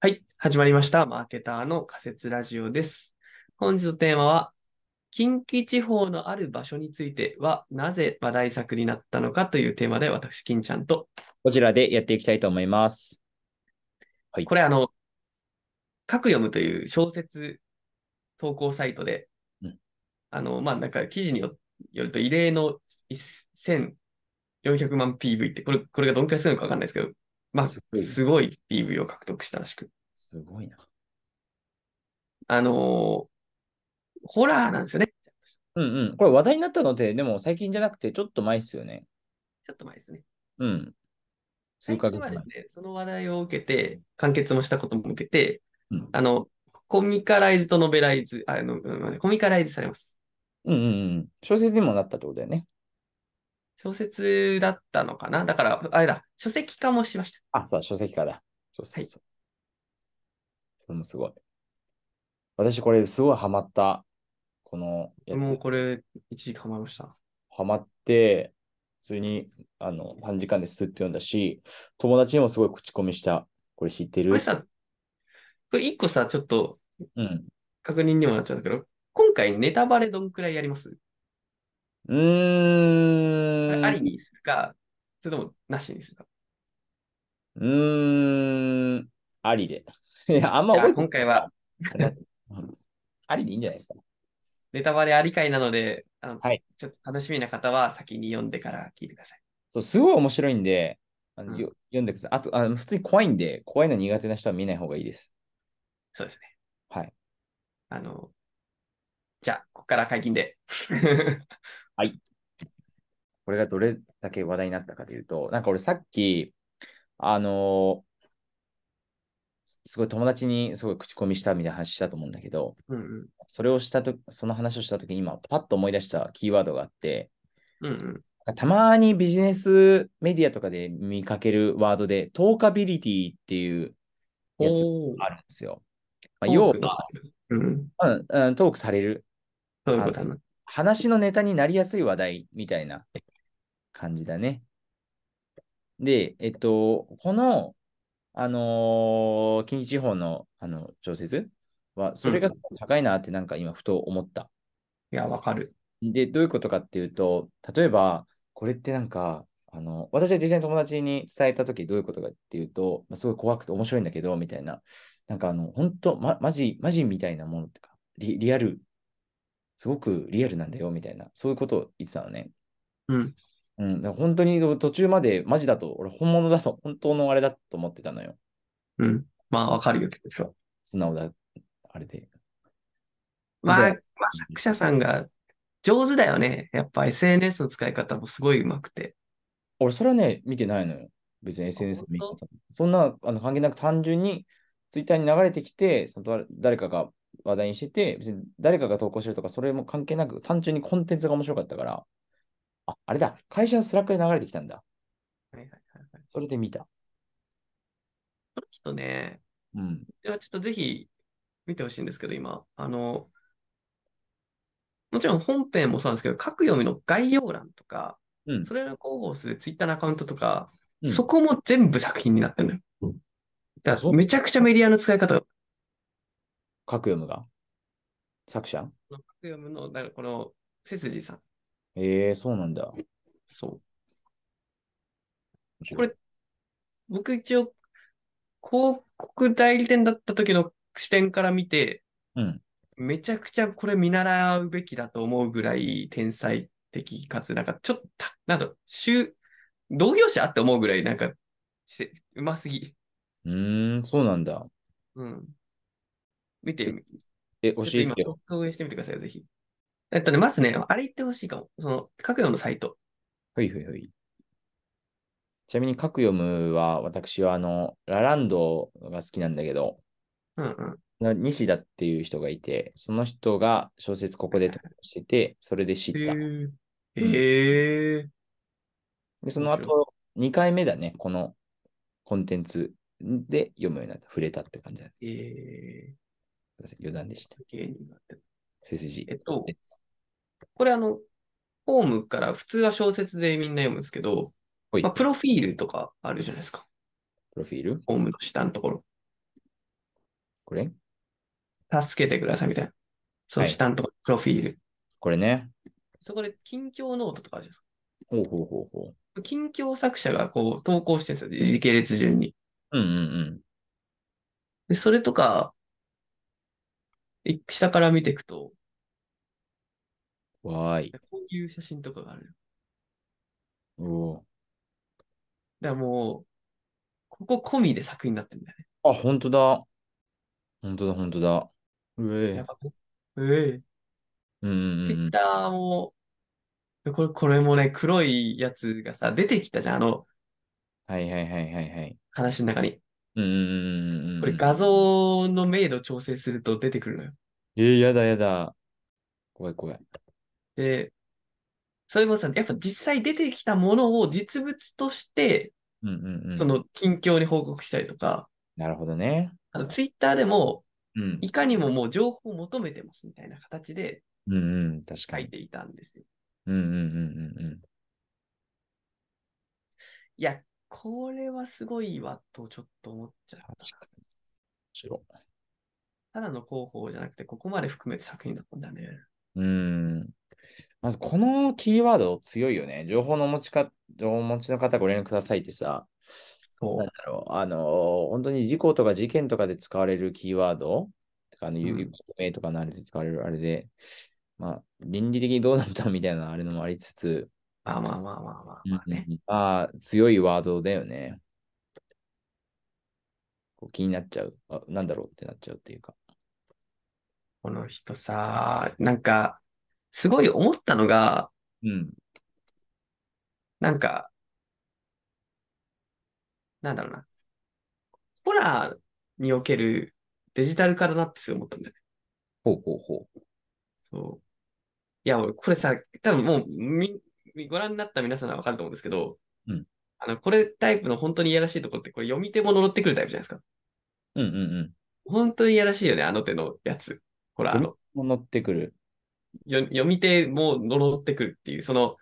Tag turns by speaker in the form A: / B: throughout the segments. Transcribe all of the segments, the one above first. A: はい。始まりました。マーケターの仮説ラジオです。本日のテーマは、近畿地方のある場所については、なぜ話題作になったのかというテーマで、私、金ちゃんと、
B: こちらでやっていきたいと思います。はい。
A: これ、あの、各読むという小説投稿サイトで、
B: うん、
A: あの、まあ、なんか記事によよると、異例の1400万 PV って、これ、これがどんくらいするのかわかんないですけど、まあ、
B: すごい
A: すごい PV を獲得したらしく。
B: すごいな。
A: あのーホラーなんですよね。
B: うんうん。これ話題になったので、でも最近じゃなくてちょっと前っすよね。
A: ちょっと前ですね。
B: うん。数
A: 最
B: ヶ
A: 近
B: 月
A: は
B: 前。
A: ですね、その話題を受けて、完結もしたことも受けて、
B: うん
A: あの、コミカライズとノベライズ、あの、うんコミカライズされます。
B: うんうんうん。小説にもなったってことだよね。
A: 小説だったのかなだから、あれだ、書籍化もしました。
B: あ、そう、書籍化だ。そうそうそう。これもすごい。私、これすごいハマった。このや
A: もう
B: つ。
A: これ、一時間まりました。
B: ハマって、普通に、あの、短時間ですって読んだし、友達にもすごい口コミした。これ知ってる
A: これさ、これ一個さ、ちょっと
B: うん。
A: 確認にもなっちゃうんだけど、今回ネタバレどんくらいやります
B: う
A: こ
B: ー
A: れ
B: ん。
A: ありにするか、それともなしにするか。
B: うーん、ありで。 いや、あんま
A: じゃあ
B: 覚えて
A: 今回は
B: ありでいいんじゃないですか。
A: ネタバレありかいなので、あの
B: はい
A: ちょっと楽しみな方は先に読んでから聞いてください。
B: そう、すごい面白いんで、あの
A: うん
B: よ読んでください。あとあの、普通に怖いんで、怖いの苦手な人は見ない方がいいです。
A: そうですね。
B: はい。
A: あの、じゃあ、ここから解禁で。
B: これがどれだけ話題になったかというと、なんか俺さっき、あのーすごい友達にすごい口コミしたみたいな話したと思うんだけど、
A: うんうん。
B: それをしたと、その話をしたときに今、パッと思い出したキーワードがあって、
A: うんうん。
B: たまにビジネスメディアとかで見かけるワードで、トーカビリティっていうやつ
A: おー
B: があるんですよ。まあ、要
A: トーク
B: は、
A: うん。
B: うんうん、トークされる、
A: そういうことだな。
B: 話のネタになりやすい話題みたいな感じだね。で、えっと、この、あのー近畿地方のあの小説は、それが高いなってなんか今ふと思った。
A: いや、わかる。
B: で、どういうことかっていうと、例えば、これってなんか、あの、私は実際に友達に伝えたときどういうことかっていうと、まあ、すごい怖くて面白いんだけど、みたいな。なんかあの、本当ま、マジ、マジみたいなものとか、リリアル、すごくリアルなんだよ、みたいな、そういうことを言ってたのね。
A: うん。
B: うん、だから本当に途中までマジだと、俺本物だと、本当のあれだと思ってたのよ。
A: うん。まあ、わかるよ、気持ちは。
B: 素直だ、あれで。
A: まあ、まあ、作者さんが上手だよね。やっぱ SNS の使い方もすごいうまくて。
B: 俺、それはね、見てないのよ。別に SNS の見
A: 本
B: 方。そんなあの関係なく単純に、ツイッターに流れてきて、その誰誰かが話題にしてて、別に誰かが投稿してるとか、それも関係なく、単純にコンテンツが面白かったから、あ、あれだ、会社のスラックで流れてきたんだ。
A: はいはいはいはい。
B: それで見た。
A: ちょっとね、
B: うん。
A: いや、ちょっとぜひ見てほしいんですけど、今。あの、もちろん本編もそうなんですけど、各読みの概要欄とか、
B: うん
A: それの広報するツイッターのアカウントとか、
B: うん
A: そこも全部作品になってるのよ。
B: うん
A: だ
B: あ
A: か
B: そ
A: ら
B: う
A: めちゃくちゃメディアの使い方が、
B: 各読むが。作者
A: 各読むの、だからこの、節次さん。
B: ええー、そうなんだ。
A: そう。これ僕一応、広告代理店だった時の視点から見て、
B: うん。
A: めちゃくちゃこれ見習うべきだと思うぐらい天才的かつ、なんかちょっと、なんだろう、周同業者って思うぐらい、なんか、してうますぎ。
B: うーん、そうなんだ。
A: うん。見てみ、ち
B: え、
A: ょ
B: 教
A: っと
B: え
A: 今
B: てよ。、
A: 応援してみてくださいよ、ぜひ。えっとね、まずね、あれ言ってほしいかも。その、各読のサイト。
B: はいはいはい。ちなみに、各読むは、私は、あの、ラランドが好きなんだけど、
A: うんうん。
B: な西田っていう人がいて、その人が小説ここで投稿してて、それで知った。
A: へえ。へえ。
B: で、その後、2回目だね、このコンテンツで読むようになった。触れたって感じだ。す
A: へえ。
B: いません余談でした。
A: 芸人がってる
B: 背筋
A: え。っと、
B: です
A: これあの、ホームから普通は小説でみんな読むんですけど、
B: ほい
A: まあ、プロフィールとかあるじゃないですか。
B: プロフィール
A: ホームの下のところ。
B: これ
A: 助けてくださいみたいな。その
B: はい
A: 下のとこ、プロフィール。
B: これね。
A: そこで近況ノートとかあるじゃないですか。
B: ほうほうほうほ
A: 近況作者がこう投稿してるんですよ。時系列順に。
B: う。うんうん
A: で、それとか、い下から見ていくと、
B: うん。わーい。
A: こういう写真とかがある。
B: お
A: だからもう、ここ込みで作品になってるんだよね。
B: ーあ、本当だ。本当だ、本当だ。うえ
A: やっぱこう、え
B: うんう
A: え。
B: んう
A: ツイ
B: んう
A: ッ
B: ん。
A: ターも、これ、これもね、黒いやつがさ、出てきたじゃん、あの
B: はいはいはいはいはい。
A: 話の中に。
B: うんうんうんうんうん。
A: これ画。像の明度調整すると出てくるのよ。
B: えー、やだやだ。怖い怖い。
A: で、それもさ、やっぱ実際出てきたものを実物として、
B: うんうんうん。
A: その近況に報告したりとか、
B: なるほどね。
A: あのツイッターでも、
B: うん。
A: いかにももう情報を求めてますみたいな形で
B: うんうん。確
A: 書
B: か
A: い
B: に。
A: ていたんですよ。
B: うんうんうんうんうん。
A: いや、これはすごいわとちょっと思っちゃう。
B: 確かに。白。
A: ただの広報じゃなくて、ここまで含めて作品だったんだね。
B: うん。まず、このキーワード強いよね。情報の持ちか、情報持ちの方ご連絡くださいってさ、
A: そ
B: なん。だろう、あのー、本当に事故とか事件とかで使われるキーワード、てかあの、
A: ん
B: 行方不明とかのあれで使われるあれで、まあ、倫理的にどうだったみたいなあれのもありつつ、
A: まあまあまあまあまあ、まあね。
B: ああ、強いワードだよね。こう気になっちゃう。あ、なんだろうってなっちゃうっていうか。
A: この人さ、なんか、すごい思ったのが、
B: うん。
A: なんか、なんだろうな。ホラーにおけるデジタル化だなってすごい思ったんだよね。
B: ほうほうほう。
A: そう。いや、俺、これさ、多分もう、み、みご覧になった皆さんはわかると思うんですけど、
B: うん
A: あの、これタイプの本当にいやらしいところって、これ読み手も呪ってくるタイプじゃないですか。
B: うんうんうん。
A: 本当にいやらしいよね、あの手のやつ。ほら、あの、
B: もう乗ってくる。
A: よ読み手も呪ってくるっていう、その、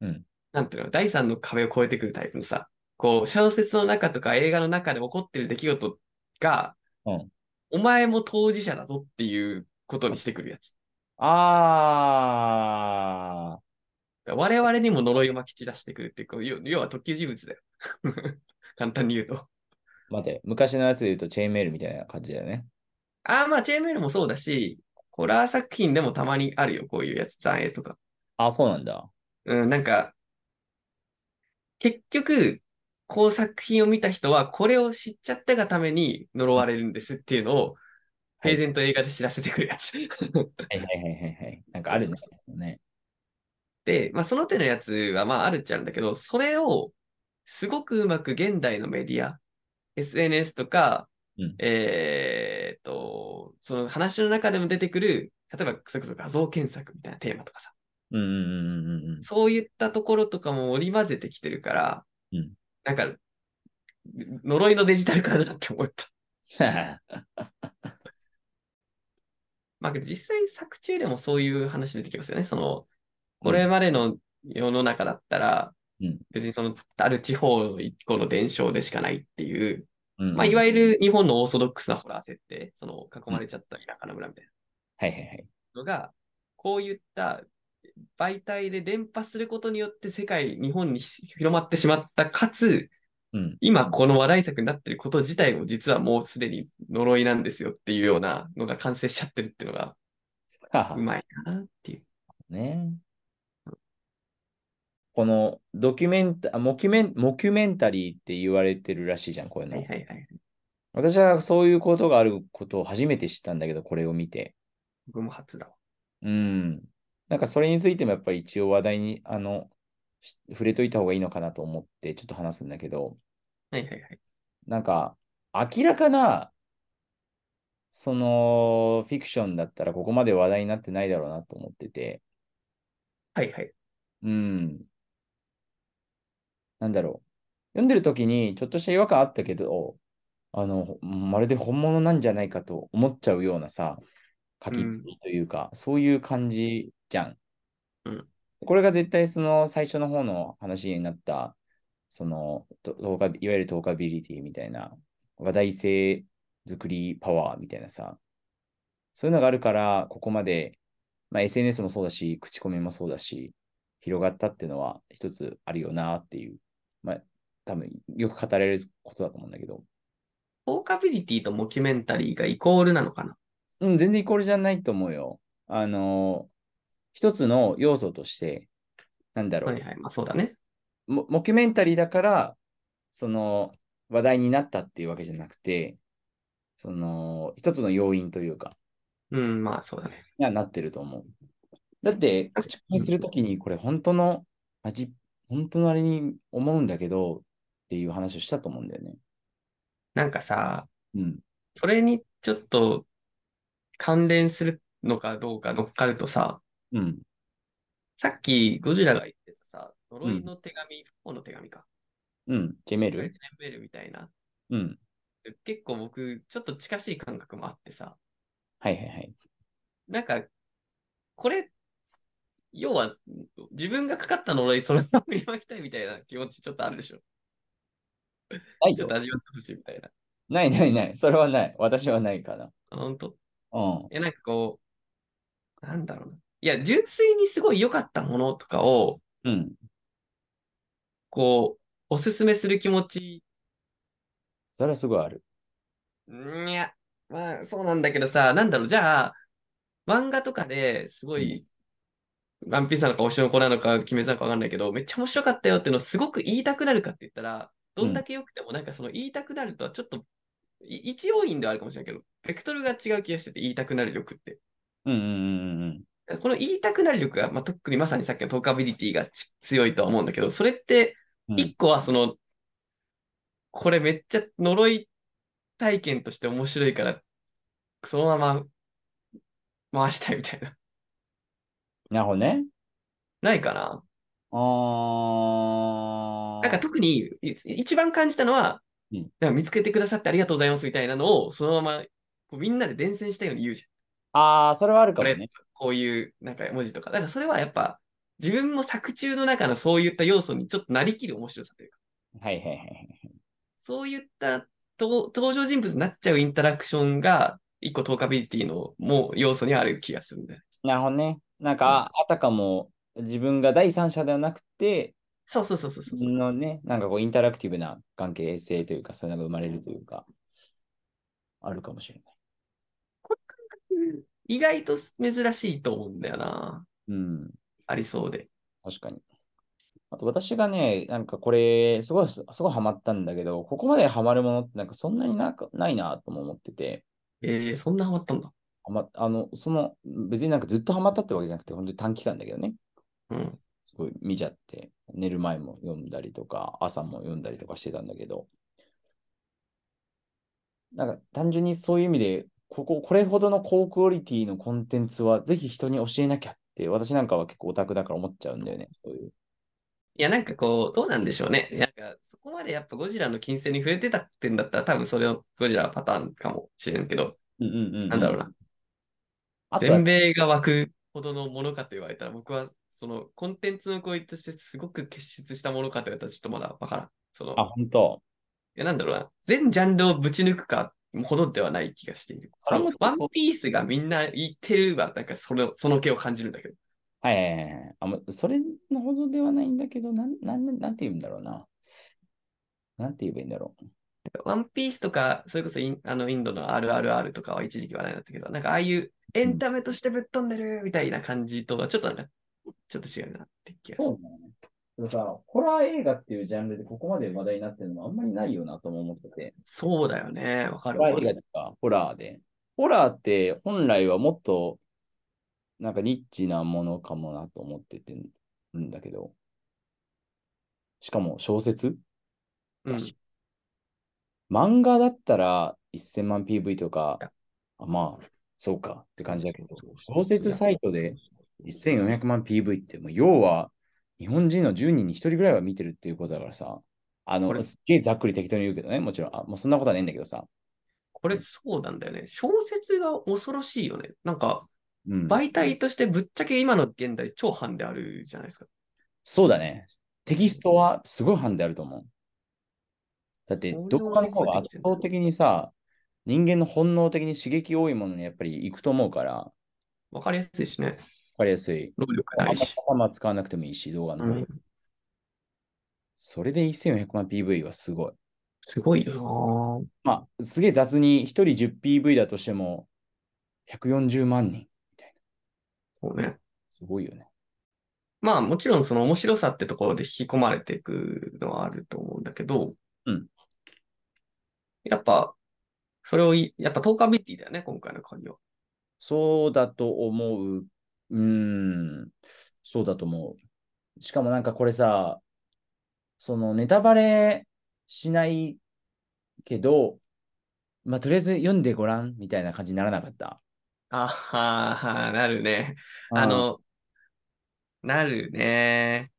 B: うん
A: なんていうの、第三の壁を越えてくるタイプのさ、こう、小説の中とか映画の中で起こってる出来事が、
B: うん
A: お前も当事者だぞっていうことにしてくるやつ。
B: ああ。
A: 我々にも呪いをまき散らしてくるっていう、こう要要は特急事物だよ。 簡単に言うと。
B: 待って、昔のやつで言うとチェーンメールみたいな感じだよね。
A: ああ、まあ、チェーンメールもそうだし、ホラー作品でもたまにあるよ、こういうやつ、残影とか。
B: あ、そうなんだ。
A: うん、なんか、結局、こう作品を見た人は、これを知っちゃったがために呪われるんですっていうのを、
B: はい
A: 平然と映画で知らせてくるやつ。
B: はいはいはいはいはい。なんかあるね
A: そ。
B: ね
A: で、まあ、その手のやつは、まあ、あるっちゃあるんだけど、それを、すごくうまく現代のメディア、SNS とか、
B: うん
A: えーっと、その話の中でも出てくる、例えば、それこそ画像検索みたいなテーマとかさ、
B: うんうんうんうん うん。
A: そういったところとかも織り交ぜてきてるから、
B: うん
A: なんか、呪いのデジタル化だなって思った。 まあ、実際作中でもそういう話出てきますよね。その、これまでの世の中だったら、
B: うん
A: 別にその、ある地方の一個の伝承でしかないっていう、
B: うん
A: まあ、いわ
B: ゆる。
A: ゆる日本のオーソドックスなホラー設定、その、囲まれちゃった田舎の村みたい
B: はいはいはい。
A: なのが、こういった媒体で伝播することによって世界、日本に広まってしまった、かつ、
B: うん。
A: 今この話題作になってること自体も実はもうすでに呪いなんですよっていうようなのが完成しちゃってるっていうのが
B: はは
A: うまいなっていう。
B: ね。このドキュメンタ、あモキュメン、モキュメンタリーって言われてるらしいじゃん、こういう
A: は
B: の。
A: いはいはい。
B: 私はそういうことがあることを初めて知ったんだけど、これを見て。
A: 僕も初だわ。
B: うん。なんかそれについてもやっぱり一応話題に、あの、し触れといた方がいいのかなと思ってちょっと話すんだけど、
A: はいはいはい。
B: なんか明らかな、そのフィクションだったらここまで話題になってないだろうなと思ってて、
A: はいはい。
B: うん。なんだろう。読んでる時にちょっとした違和感あったけど、あの、まるで本物なんじゃないかと思っちゃうようなさ、書きっぷりというか、そういう感じじゃん。
A: うん
B: これが絶対その最初の方の話になった、その、と投下いわゆる投下ビリティみたいな話題性作りパワーみたいなさ、そういうのがあるから、ここまで、まあ、SNS もそうだし、口コミもそうだし、広がったっていうのは一つあるよなっていう、まあ、多分よく語られることだと思うんだけど、
A: フォーカビリティとモキュメンタリーがイコールなのかな
B: うん、全然イコールじゃないと思うよ。あの、一つの要素として、なんだろう、
A: はいはい。まあそうだね。
B: モモキュメンタリーだから、その話題になったっていうわけじゃなくて、その一つの要因というか、
A: うん、まあそうだね。
B: がなってると思う。だって、口コミするときに、これ本当の味、本当のあれに思うんだけどっていう話をしたと思うんだよね。
A: なんかさ、
B: うん。
A: それにちょっと関連するのかどうか乗っかるとさ、
B: うん。
A: さっきゴジラが言ってたさ、呪いの手紙、不幸の手紙か。
B: うん。決める
A: ルベルみたいな。
B: うん。
A: 結構僕、ちょっと近しい感覚もあってさ、
B: はいはいはい。
A: なんか、これ、要は、自分がかかった呪い、そのまま振りまきたいみたいな気持ちちょっとあるでしょ。
B: ない
A: ちょっ
B: よ
A: と味わってほしいみたいな。
B: ないないない。それはない。私はないかな。
A: あ本当
B: うん。
A: え、なんかこう、なんだろうな。いや、純粋にすごい良かったものとかを、
B: うん。
A: こう、おすすめする気持ち、
B: それはすごいある。
A: んいや、まあそうなんだけどさ、なんだろう、じゃあ、漫画とかですごい、ワンピースなのか、推しの子なのか、鬼滅なのかわかんないけど、めっちゃ面白かったよっていうのをすごく言いたくなるかって言ったら、どんだけ良くても、なんかその言いたくなるとはちょっと、い一要因ではあるかもしれないけど、ベクトルが違う気がしてて言いたくなる力って。
B: うんうんうんうん。
A: この言いたくなる力が、まあ、特にまさにさっきのトークアビリティがち強いとは思うんだけど、それって、
B: うん
A: 一個はその、これめっちゃ呪い体験として面白いから、そのまま回したいみたいな。
B: なるほどね。
A: ないかな
B: あー。
A: なんか特にい一番感じたのは、
B: うん
A: なんか見つけてくださってありがとうございますみたいなのを、そのままこうみんなで伝染したように言うじゃん。
B: あー、それはあるか
A: こ
B: も
A: れ
B: ね。、
A: こういうなんか文字とか。だからそれはやっぱ自分も作中の中のそういった要素にちょっとなりきる面白さというか、
B: はいはいはいはい。
A: そういったと登場人物になっちゃうインタラクションが一個トーカビリティのもう要素にある気がするんだよね。
B: なるほどね。なんか、あたかも自分が第三者ではなくて、
A: そうそうそうそうそう。
B: のね、なんかこう、インタラクティブな関係性というか、そういうのが生まれるというか、あるかもしれない。
A: この感覚意外と珍しいと思うんだよな。
B: うん。
A: ありそうで。
B: 確かに。あと私がね、なんかこれ、すごい、すごいハマったんだけど、ここまでハマるものってなんかそんなになかないなとも思ってて、
A: えー、そんなハマったんだ。
B: ハマあの、その、別になんかずっとハマったってわけじゃなくて、本当に短期間だけどね、
A: うん。
B: すごい見ちゃって、寝る前も読んだりとか、朝も読んだりとかしてたんだけど、なんか単純にそういう意味で、ここ、これほどの高クオリティのコンテンツは、ぜひ人に教えなきゃって、私なんかは結構オタクだから思っちゃうんだよね。そういう。
A: いや、なんかこう、どうなんでしょうね。なんか、そこまでやっぱゴジラの金星に触れてたってんだったら、多分それのゴジラパターンかもしれんけど、
B: うんうんうん、
A: なんだろうな。
B: あとは
A: 全米が湧くほどのものかと言われたら、僕はそのコンテンツの声としてすごく結出したものかと言われたらちょっとまだわからん。その、
B: あ、
A: い
B: 本当。
A: やなんだろうな。全ジャンルをぶち抜くかほどではない気がしている。
B: それも
A: まあワンピースがみんな言ってるは、なんかそのその気を感じるんだけど。
B: はいはいはいはい。あ、もうそれのほどではないんだけど、なん、なん、なんなんて言うんだろうな。なんて言えばいいんだろう。
A: ワンピースとか、それこそインあのインドの RRR とかは一時期話題になったけど、なんかああいうエンタメとしてぶっ飛んでるみたいな感じとはちょっとなんか、ちょっと違うなって気がする。
B: そうだね。でもさ、ホラー映画っていうジャンルでここまで話題になってるのもあんまりないよなとも思ってて。
A: そうだよね。わか
B: ホ
A: る
B: ラ
A: わか
B: ー映
A: る。
B: 画とか、ホラーで。ホラーって本来はもっと、なんかニッチなものかもなと思っててんだけど。しかも小説
A: うん
B: 漫画だったら1000万 PV とか
A: いや、
B: あまあ、そうかって感じだけど、
A: ど
B: 小説サイトで1400万 PV って、もう要は日本人の10人に1人ぐらいは見てるっていうことだからさ、あ
A: これ
B: の、すっげえざっくり適当に言うけどね、もちろん、あもうそんなことはないんだけどさ、
A: これそうなんだよね。小説が恐ろしいよね。なんか、
B: うん、
A: 媒体としてぶっちゃけ今の現代超版であるじゃないですか。
B: そうだね、テキストはすごいハンデあると思う。だって
A: それを
B: 動画の方が圧倒的にさ、人間の本能的に刺激多いものにやっぱり行くと思うから、わ
A: わかりやすいしね。
B: かりやすい。
A: 労力
B: あ
A: な
B: んま
A: いし。
B: 頭使わなくてもいいし、動画の
A: う
B: 方が、
A: ん、
B: それで1400万 PV はすごい。
A: すごいよ
B: まあ、すげえ雑に1人 10PV だとしても、140万人。
A: なそうね。
B: すごいよね。
A: まあもちろんその面白さってところで引き込まれていくのはあると思うんだけど、
B: うん
A: やっぱ、それをい、やっぱトーカビリティだよね、今回の鍵は。
B: そうだと思う。うーん。そうだと思う。しかもなんかこれさ、そのネタバレしないけど、まあ、とりあえず読んでごらんみたいな感じにならなかった。
A: あはは、なるね。あの、なるね。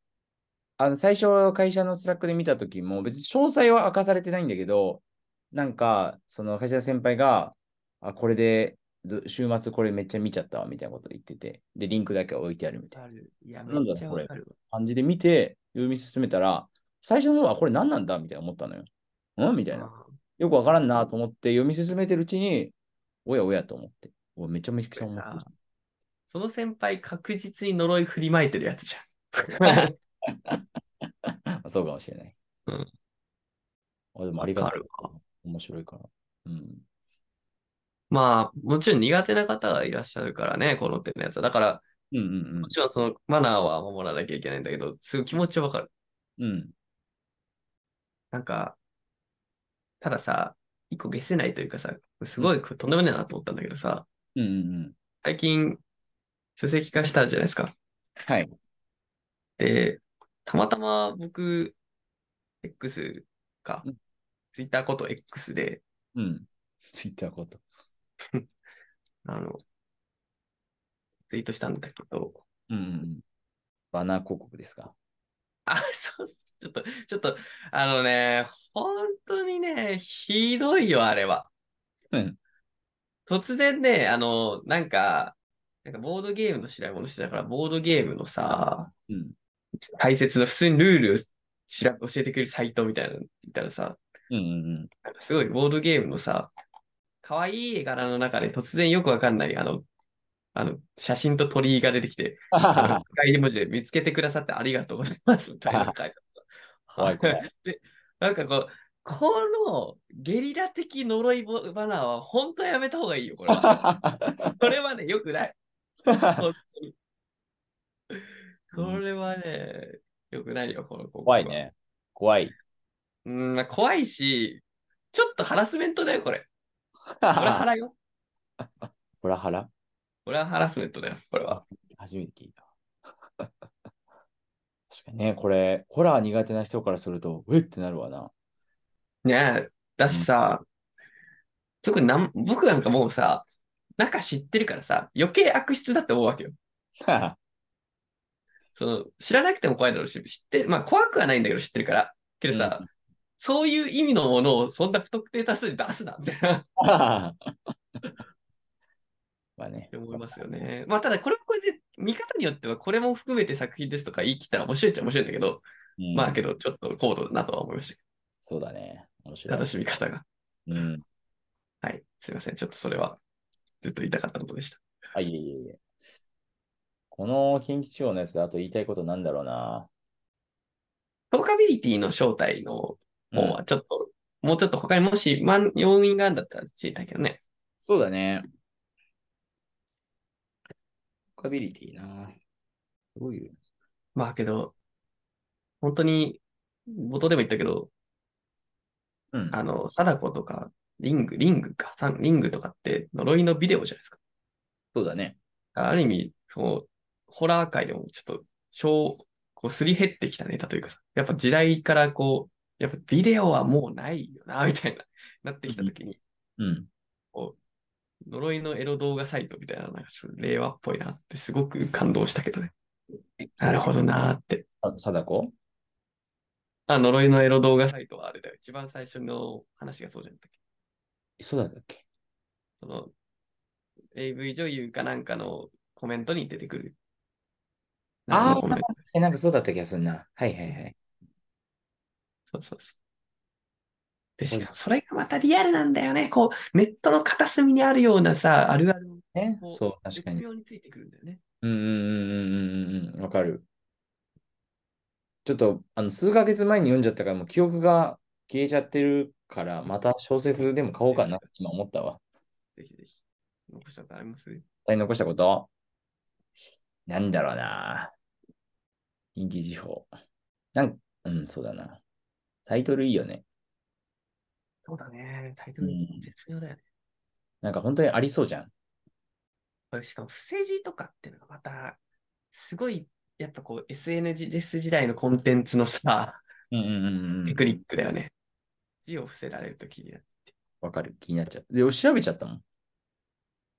B: あの最初、会社のスラックで見たときも、別に詳細は明かされてないんだけど、なんか、その会社の先輩が、あ、これで、ど週末これめっちゃ見ちゃったわ、みたいなこと言ってて、で、リンクだけ置いてあるみたいな
A: なる。いや、
B: なんだろう
A: めっちゃわかるわ。
B: 感じで見て、読み進めたら、最初の方はこれ何なんだみたいな思ったのよ。うんみたいな。
A: あ
B: よくわからんなと思って、読み進めてるうちに、おやおやと思って。おいめちゃめちゃ思ってる
A: これさその先輩確実に呪い振りまいてるやつじゃん。
B: そうかもしれない。
A: うん
B: あで もありが
A: わか
B: とう
A: るわ。
B: 面白いから。うん。
A: まあ、もちろん苦手な方がいらっしゃるからね、この手のやつは。だから、
B: うんうん
A: もちろんそのマナーは守らなきゃいけないんだけど、すごい気持ちはわかる。
B: うん。うん。
A: なんか、たださ、一個消せないというかさ、すごいこれとんでもないなと思ったんだけどさ、
B: うんうんうん。
A: 最近、書籍化したじゃないですか。
B: はい。
A: で、たまたま僕、X か
B: うん、
A: Twitter こと X で、
B: うん。ツイッターこと。
A: あの、ツイートしたんだけど、
B: うんうんうん。バナー広告ですか。
A: あ、そう、ちょっと、ちょっと、あのね、本当にね、ひどいよ、あれは。
B: うん。
A: 突然ね、あの、なんか、なんかボードゲームの調べ物してたから、ボードゲームのさ、
B: うん。
A: 解説の普通にルールを調べ教えてくれるサイトみたいなのいたらさ、
B: うんうん
A: なんかすごいボードゲームのさ、可愛い絵柄の中で突然よくわかんない、あの、あの、写真と鳥居が出てきて、 あの
B: うん。
A: 赤い絵文字で見つけてくださってありがとうございますみたいなの書いてあった
B: 怖い怖い。
A: なんかこう、このゲリラ的呪いボバナーは本当やめた方がいいよ、これは。これはね、よく ない。本当にこれはね、よくないよ、この広告は
B: 怖い。ね。怖い。
A: うん、まあ怖いし、ちょっとハラスメントだよ、こ れ。これはハラよ。
B: ホラハラ
A: これはハラスメントだよ、これは。
B: 初めて聞いた。確かにね、これ、ホラー苦手な人からすると、うえってなるわ な。
A: ねえ、だしさ、特になん僕なんかもうさ、中知ってるからさ、余計悪質だって思うわけよ。その知らなくても怖いだろうし、知って、まあ怖くはないんだけど知ってるから。けどさ、
B: うん
A: そういう意味のものをそんな不特定多数に出すな、みたいなっ
B: まあね
A: て。思いますよね。まあただこれもこれで、見方によってはこれも含めて作品ですとか言い切ったら面白いっちゃ面白いんだけど、
B: うん
A: まあけどちょっと高度だなとは思いまし
B: そうだね。面
A: た。
B: 白
A: 楽
B: い。
A: しみ方が。
B: うん。
A: はい。すいません。ちょっとそれはずっと言いたかったことでした。
B: あ、いえいえいえ。この近畿地方のやつであと言いたいことなんだろうな。
A: トーカビリティの正体の
B: うん
A: 方はちょっと、もうちょっと他にもし、まん、要因があるんだったら知りたいけどね。
B: そうだね。カビリティな。どういう。
A: まあけど、本当に、冒頭でも言ったけど、
B: うん。
A: あの、貞子とか、リング、リングか、サンリングとかって呪いのビデオじゃないですか。
B: そうだね。
A: ある意味、こう、ホラー界でもちょっと、小、こう、すり減ってきたネタというかさ、やっぱ時代からこう、やっぱビデオはもうないよな、みたいな、なってきたときに、
B: うん。
A: 呪いのエロ動画サイトみたいな、なんかちょっと令和っぽいなってすごく感動したけどね。なるほどなーって。
B: さ貞子
A: あ、呪いのエロ動画サイトはあれだよ。一番最初の話がそうじゃなかったっけ
B: そうだったっけ
A: その、AV 女優かなんかのコメントに出てくる。
B: あ
A: 何の
B: あ、
A: コ
B: 確
A: メン
B: か
A: ト
B: になんかそうだった気がするな。はいはいはい。
A: そうそうそで、しかもそれがまたリアルなんだよね。こう、ネットの片隅にあるようなさ、あるあるを
B: ね
A: こう
B: そう、確かに。
A: 絶妙についてくるんだよね。
B: うんうんうんうんうんうん、わかる。ちょっと、あの、数ヶ月前に読んじゃったから、もう記憶が消えちゃってるから、また小説でも買おうかな、今思ったわ。
A: ぜひぜひ。残したことあります
B: 他に残したことなんだろうな。近畿地方。なん、うん、そうだな。タイトルいいよね。
A: そうだね。タイトル
B: うん
A: 絶妙だよね。
B: なんか本当にありそうじゃん。
A: これしかも、伏せ字とかっていうのがまた、すごい、やっぱこう、SNS 時代のコンテンツのさ、
B: うんうんうんうん
A: テクニックだよね。字を伏せられると気になる。
B: わかる。気になっちゃう。で、俺調べちゃったもん。
A: い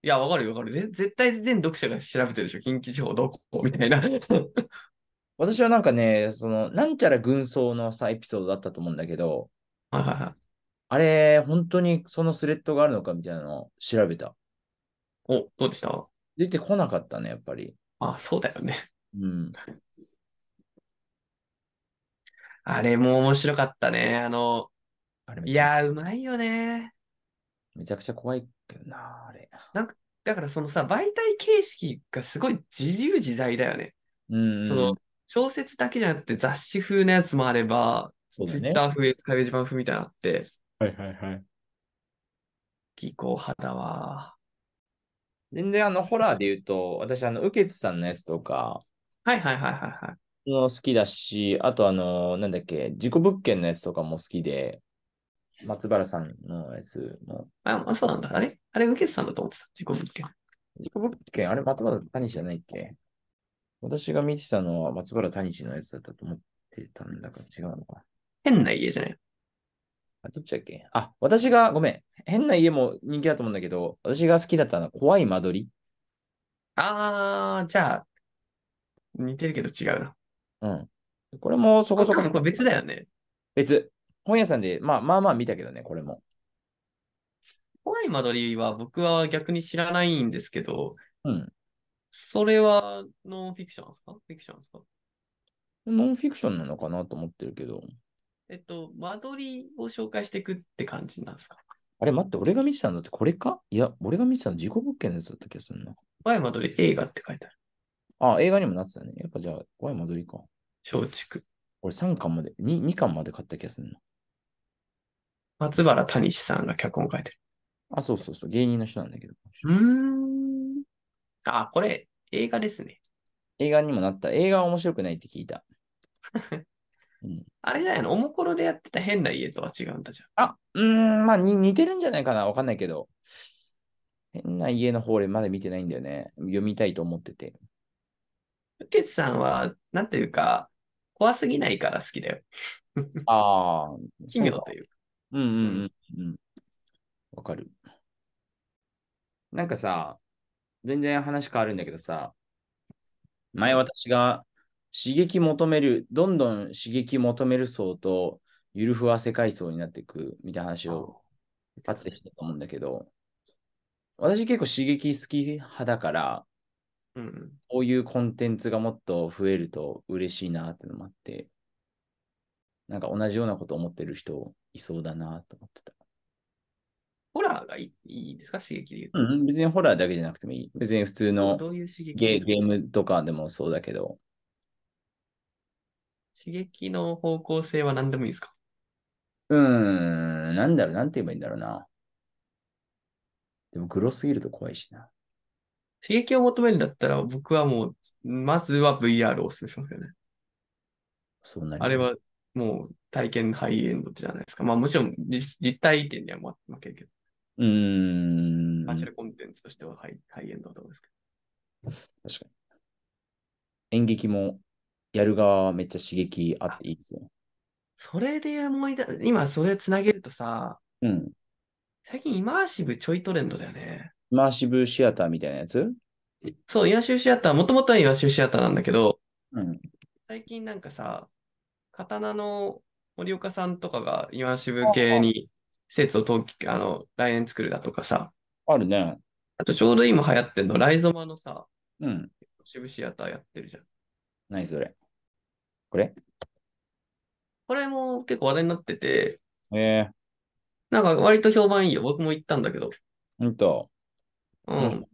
A: や、わかるよわかる。ぜ絶対全読者が調べてるでしょ。近畿地方どこみたいな。
B: 私はなんかね、その、なんちゃら軍曹のさ、エピソードだったと思うんだけど、
A: はいはいはい
B: あれ、本当にそのスレッドがあるのかみたいなのを調べた。
A: お、どうでした
B: 出てこなかったね、やっぱり。
A: あ、そうだよね。
B: うん。
A: あれも面白かったね。あの、
B: あれめ
A: い
B: ちゃ
A: やー、うまいよね。
B: めちゃくちゃ怖いけどな、あれ。
A: だからそのさ、媒体形式がすごい自由自在だよね。
B: うんうん。
A: その、小説だけじゃなくて雑誌風のやつもあれば、
B: そうだ
A: ツイ
B: ね
A: ッター風、エスカベージ版風みたいなのあって、
B: はいはいはい。
A: 技巧派だわ。
B: 全然あの、ホラーで言うと、私、あの、ウケツさんのやつとか、
A: はいはいはいはいはい。
B: の好きだし、あとあの、なんだっけ、事故物件のやつとかも好きで、松原さんのやつも。
A: あ、あそうなんだ。あれあれ、受けてたんだと思ってた。自己物件。
B: 事故物件、あれ、松原谷じゃないっけ私が見てたのは松原谷氏のやつだったと思ってたんだから違うのか。
A: 変な家じゃない。
B: あ、どっちだっけあ、私が、ごめん。変な家も人気だと思うんだけど、私が好きだったのは怖い間取り。
A: あー、じゃあ、似てるけど違うな。
B: うん。これもそこ
A: あ、
B: そ
A: 多
B: こ
A: 分これ別だよね。
B: 別。本屋さんで、まあまあまあ見たけどね、これも。
A: 怖い間取りは僕は逆に知らないんですけど、
B: うん。
A: それはノンフィクションですかフィクションですか
B: ノンフィクションなのかなと思ってるけど。
A: えっと、間取りを紹介していくって感じなんですか
B: あれ、待って、俺が見てたのってこれかいや、俺が見てたの事故物件のやつだった気がするな。
A: 怖い間取り映画って書いてある。
B: あ、映画にもなってたね。やっぱじゃあ、怖い間取りか。
A: 松竹。
B: 俺3巻まで、2, 2巻まで買った気がするな。
A: 松原谷志さんが脚本書いて
B: あ、そうそうそう、芸人の人なんだけど。
A: る。うーん。あ、これ映画ですね。
B: 映画にもなった。映画は面白くないって聞いた。うん、
A: あれじゃないのおもころでやってた変な家とは違うんだじゃん。
B: あ、うーん、まあに似てるんじゃないかな。わかんないけど。変な家の方でまだ見てないんだよね。読みたいと思ってて。
A: ウケツさんは、なんていうか、怖すぎないから好きだよ。
B: ああ、
A: 奇妙というか。
B: うんうんうんうん。わかる。なんかさ、全然話変わるんだけどさ、前私が刺激求める、どんどん刺激求める層と、ゆるふわ世界層になっていくみたいな話をかつてしたと思うんだけど、私結構刺激好き派だから、
A: うん。
B: こういうコンテンツがもっと増えると嬉しいなってのもあって、なんか同じようなこと思ってる人いそうだなと思ってた。
A: ホラーがいいいいですか刺激で言うと。
B: うん、別にホラーだけじゃなくてもいい。別に普通の
A: どういう刺激
B: ゲ
A: ですか
B: ゲームとかでもそうだけど、
A: 刺激の方向性は何でもいいですか
B: うーん、なんだろう、なんて言えばいいんだろうな。でも、グロすぎると怖いしな。
A: 刺激を求めるんだったら、僕はもう、まずは VR をお勧めしますよね。
B: そうなります
A: あれ。はもう体験ハイエンドじゃないですか。まあもちろん実実体験には負負けるけど、
B: うーん。
A: バーチャ
B: 確か
A: ルコンテンツとしてはハイハイエンドだと思うんですけ
B: に。演劇も、やる側はめっちゃ刺激あっていいですよ。
A: ど。それで思い出、今それつなげるとさ、
B: うん。
A: 最近イマーシブちょいトレンドだよね。
B: イマーシブシアターみたいなやつ
A: そう、イワシューシアター、もともとはイワシューシアターなんだけど、
B: うん。
A: 最近なんかさ、刀の森岡さんとかがイワシブ系に施設を東あの来園作るだとかさ、
B: あるね。
A: あとちょうど今流行ってんの、ライゾマのさ、
B: うん。
A: シブシアターやってるじゃん。
B: 何それ。これ
A: これも結構話題になってて、
B: ええ
A: なんか割と評判いいよ。僕も行ったんだけど。
B: うんと。
A: う
B: 面白
A: ん。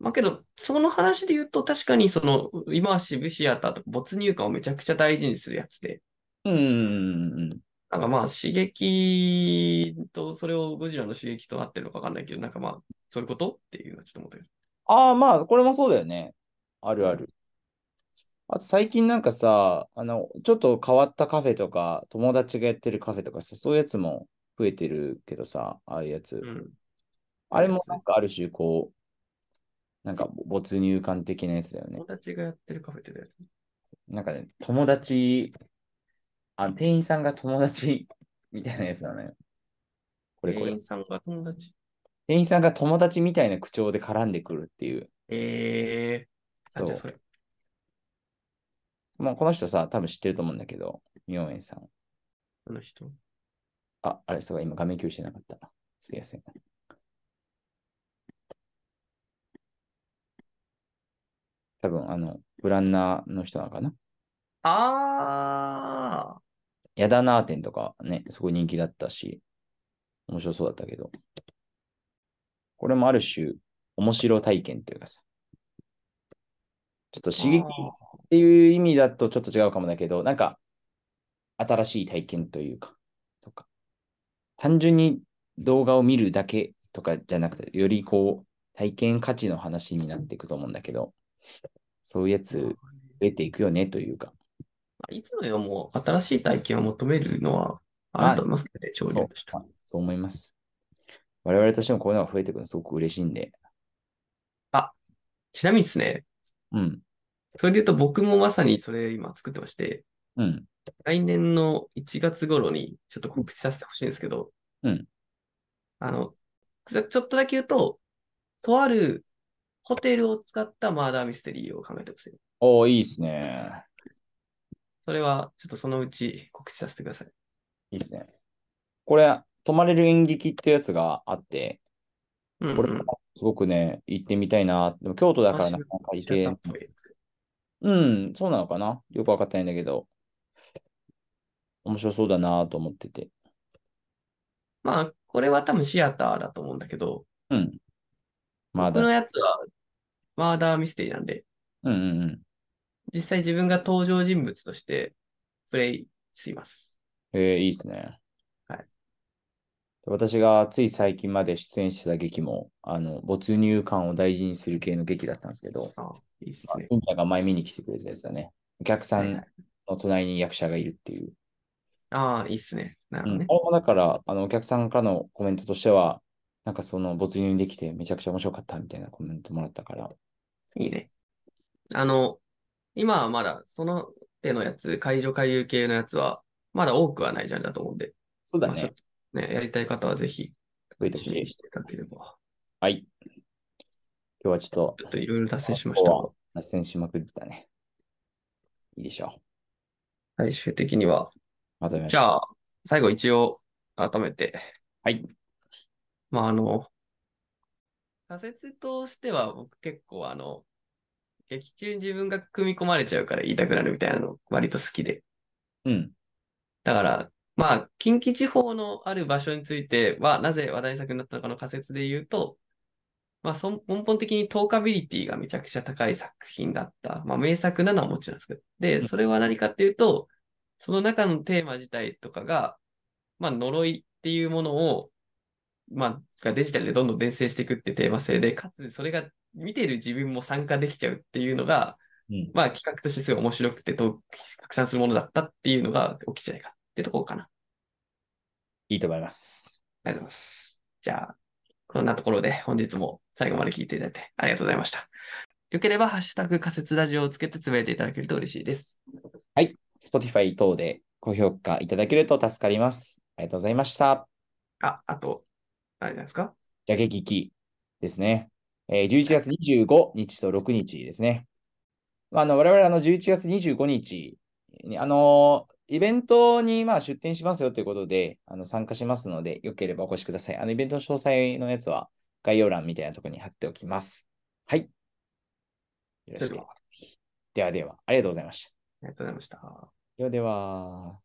A: まあけど、その話で言うと、確かにその、今は渋シアターとか没入感をめちゃくちゃ大事にするやつで、
B: うんうんうん
A: なんかまあ刺激と、それをゴジラの刺激となってるのかわかんないけど、なんかまあ、そういうことっていうのはちょっと思ったけど。
B: ああ、まあ、これもそうだよね。あるある。あと最近なんかさ、あの、ちょっと変わったカフェとか、友達がやってるカフェとかさ、そういうやつも増えてるけどさ、ああいうやつ。
A: うん。
B: あれもなんかある種、こう、なんか没入感的なやつだよね
A: 友。達がやってるカフェってやつ。
B: なんかね、友達、あ、店員さんが友達みたいなやつだね。これこ
A: 店
B: れ
A: 員。さんが友達。
B: 店員さんが友達みたいな口調で絡んでくるっていう。
A: ええー。
B: そ
A: あ、じゃあ
B: う。
A: それ。
B: まあ、この人さ、多分知ってると思うんだけど、ミョンエンさん。
A: あの人。
B: あ、あれ、そうか、今画面共有してなかった。すいません。多分、あの、ブランナーの人なのかな。
A: ああ。
B: ヤダナー店とかね、すごい人気だったし、面白そうだったけど。これもある種、面白体験というかさ。ちょっと刺激っていう意味だとちょっと違うかもだけど、なんか、新しい体験というか、とか、単純に動画を見るだけとかじゃなくて、よりこう、体験価値の話になっていくと思うんだけど、そういうやつ増えていくよねというか、
A: いつの世も新しい体験を求めるのはあると思いますけどね、潮流としては。
B: そう思います。我々としてもこういうのが増えていくのすごく嬉しいんで、
A: ちなみにですね、
B: うん、
A: それで言うと僕もまさにそれ今作ってまして、
B: うん、
A: 来年の1月頃にちょっと告知させてほしいんですけど、
B: うん
A: あの、ちょちょっとだけ言うと、とあるホテルを使ったマーダーミステリーを考えてますよ。
B: おおいいっすね。
A: それはちょっとそのうち告知させてください。
B: いいっすね。これ、泊まれる演劇ってやつがあって、
A: うん、うん。
B: これもすごくね、行ってみたいな。でも京都だからなかなか行
A: シア
B: け
A: ターっぽいやつ
B: うん、そうなのかなよくわかってないんだけど。面白そうだなと思ってて。
A: まあ、これは多分シアターだと思うんだけど、
B: うん。まあ
A: 僕
B: だ。
A: のやつはマーダーミステリーなんで、
B: うんうんうん。
A: 実際自分が登場人物としてプレイします。
B: えー、いいですね。
A: はい。
B: 私がつい最近まで出演してた劇も、あの、没入感を大事にする系の劇だったんですけど、
A: あいいですね。
B: インタが前見に来てくれたやつだね。お客さ
A: はいは
B: ん
A: い
B: の隣に役者がいるっていう。
A: ああ、いいっすね。なる
B: う
A: ほど
B: ん、
A: ね。
B: あれもだから、あの、お客さんからのコメントとしては、なんかその没入できてめちゃくちゃ面白かったみたいなコメントもらったから。
A: いいね。あの、今はまだその手のやつ、解除回遊系のやつは、まだ多くはないジャンルだと思うんで、
B: そうだ
A: まあちょっ
B: ね。
A: とね、やりたい方はぜひ
B: 増えてほ
A: 注
B: しい
A: 意していただければ。
B: はい。今日はちょっ
A: ちょ
B: と
A: っといろいろ達成しましたが、
B: 脱線しまくったね。いいでしょう。
A: 最終的には。
B: まとめまし
A: じ
B: ょう。
A: ゃあ、最後一応改めて、
B: はい。
A: まあ、あの、仮説としては僕結構あの、劇中に自分が組み込まれちゃうから言いたくなるみたいなの割と好きで。
B: うん。
A: だから、まあ、近畿地方のある場所については、なぜ話題作になったのかの仮説で言うと、まあ、そん根本的にトーカビリティがめちゃくちゃ高い作品だった。まあ、名作なのはもちろんですけど。で、
B: うん
A: それは何かっていうと、その中のテーマ自体とかが、まあ、呪いっていうものを、まあ、デジタルでどんどん伝染していくってテーマ性で、かつそれが見てる自分も参加できちゃうっていうのが、
B: うん。
A: まあ、企画としてすごい面白くてと拡散するものだったっていうのが起きちゃいかってとこかな。
B: いいと思います。
A: ありがとうございます。じゃあ、こんなところで本日も最後まで聞いていただいてありがとうございました。よければ、ハッシュタグ仮説ラジオをつけてつぶやいていただけると嬉しいです。
B: Spotify 等で高評価いただけると助かります。ありがとうございました。
A: あ、あと、あれじゃないですか
B: ジャケ聞きですね。えー11月25日と6日ですね。まあ、あの我々あの11月25日に、あのーイベントにまあ出展しますよということであの参加しますので、よければお越しください。あのイベントの詳細のやつは概要欄みたいなところに貼っておきます。はい。よろし
A: それ
B: く
A: では。
B: ではでは、ありがとうございました。
A: ありがとうございました。
B: ではでは。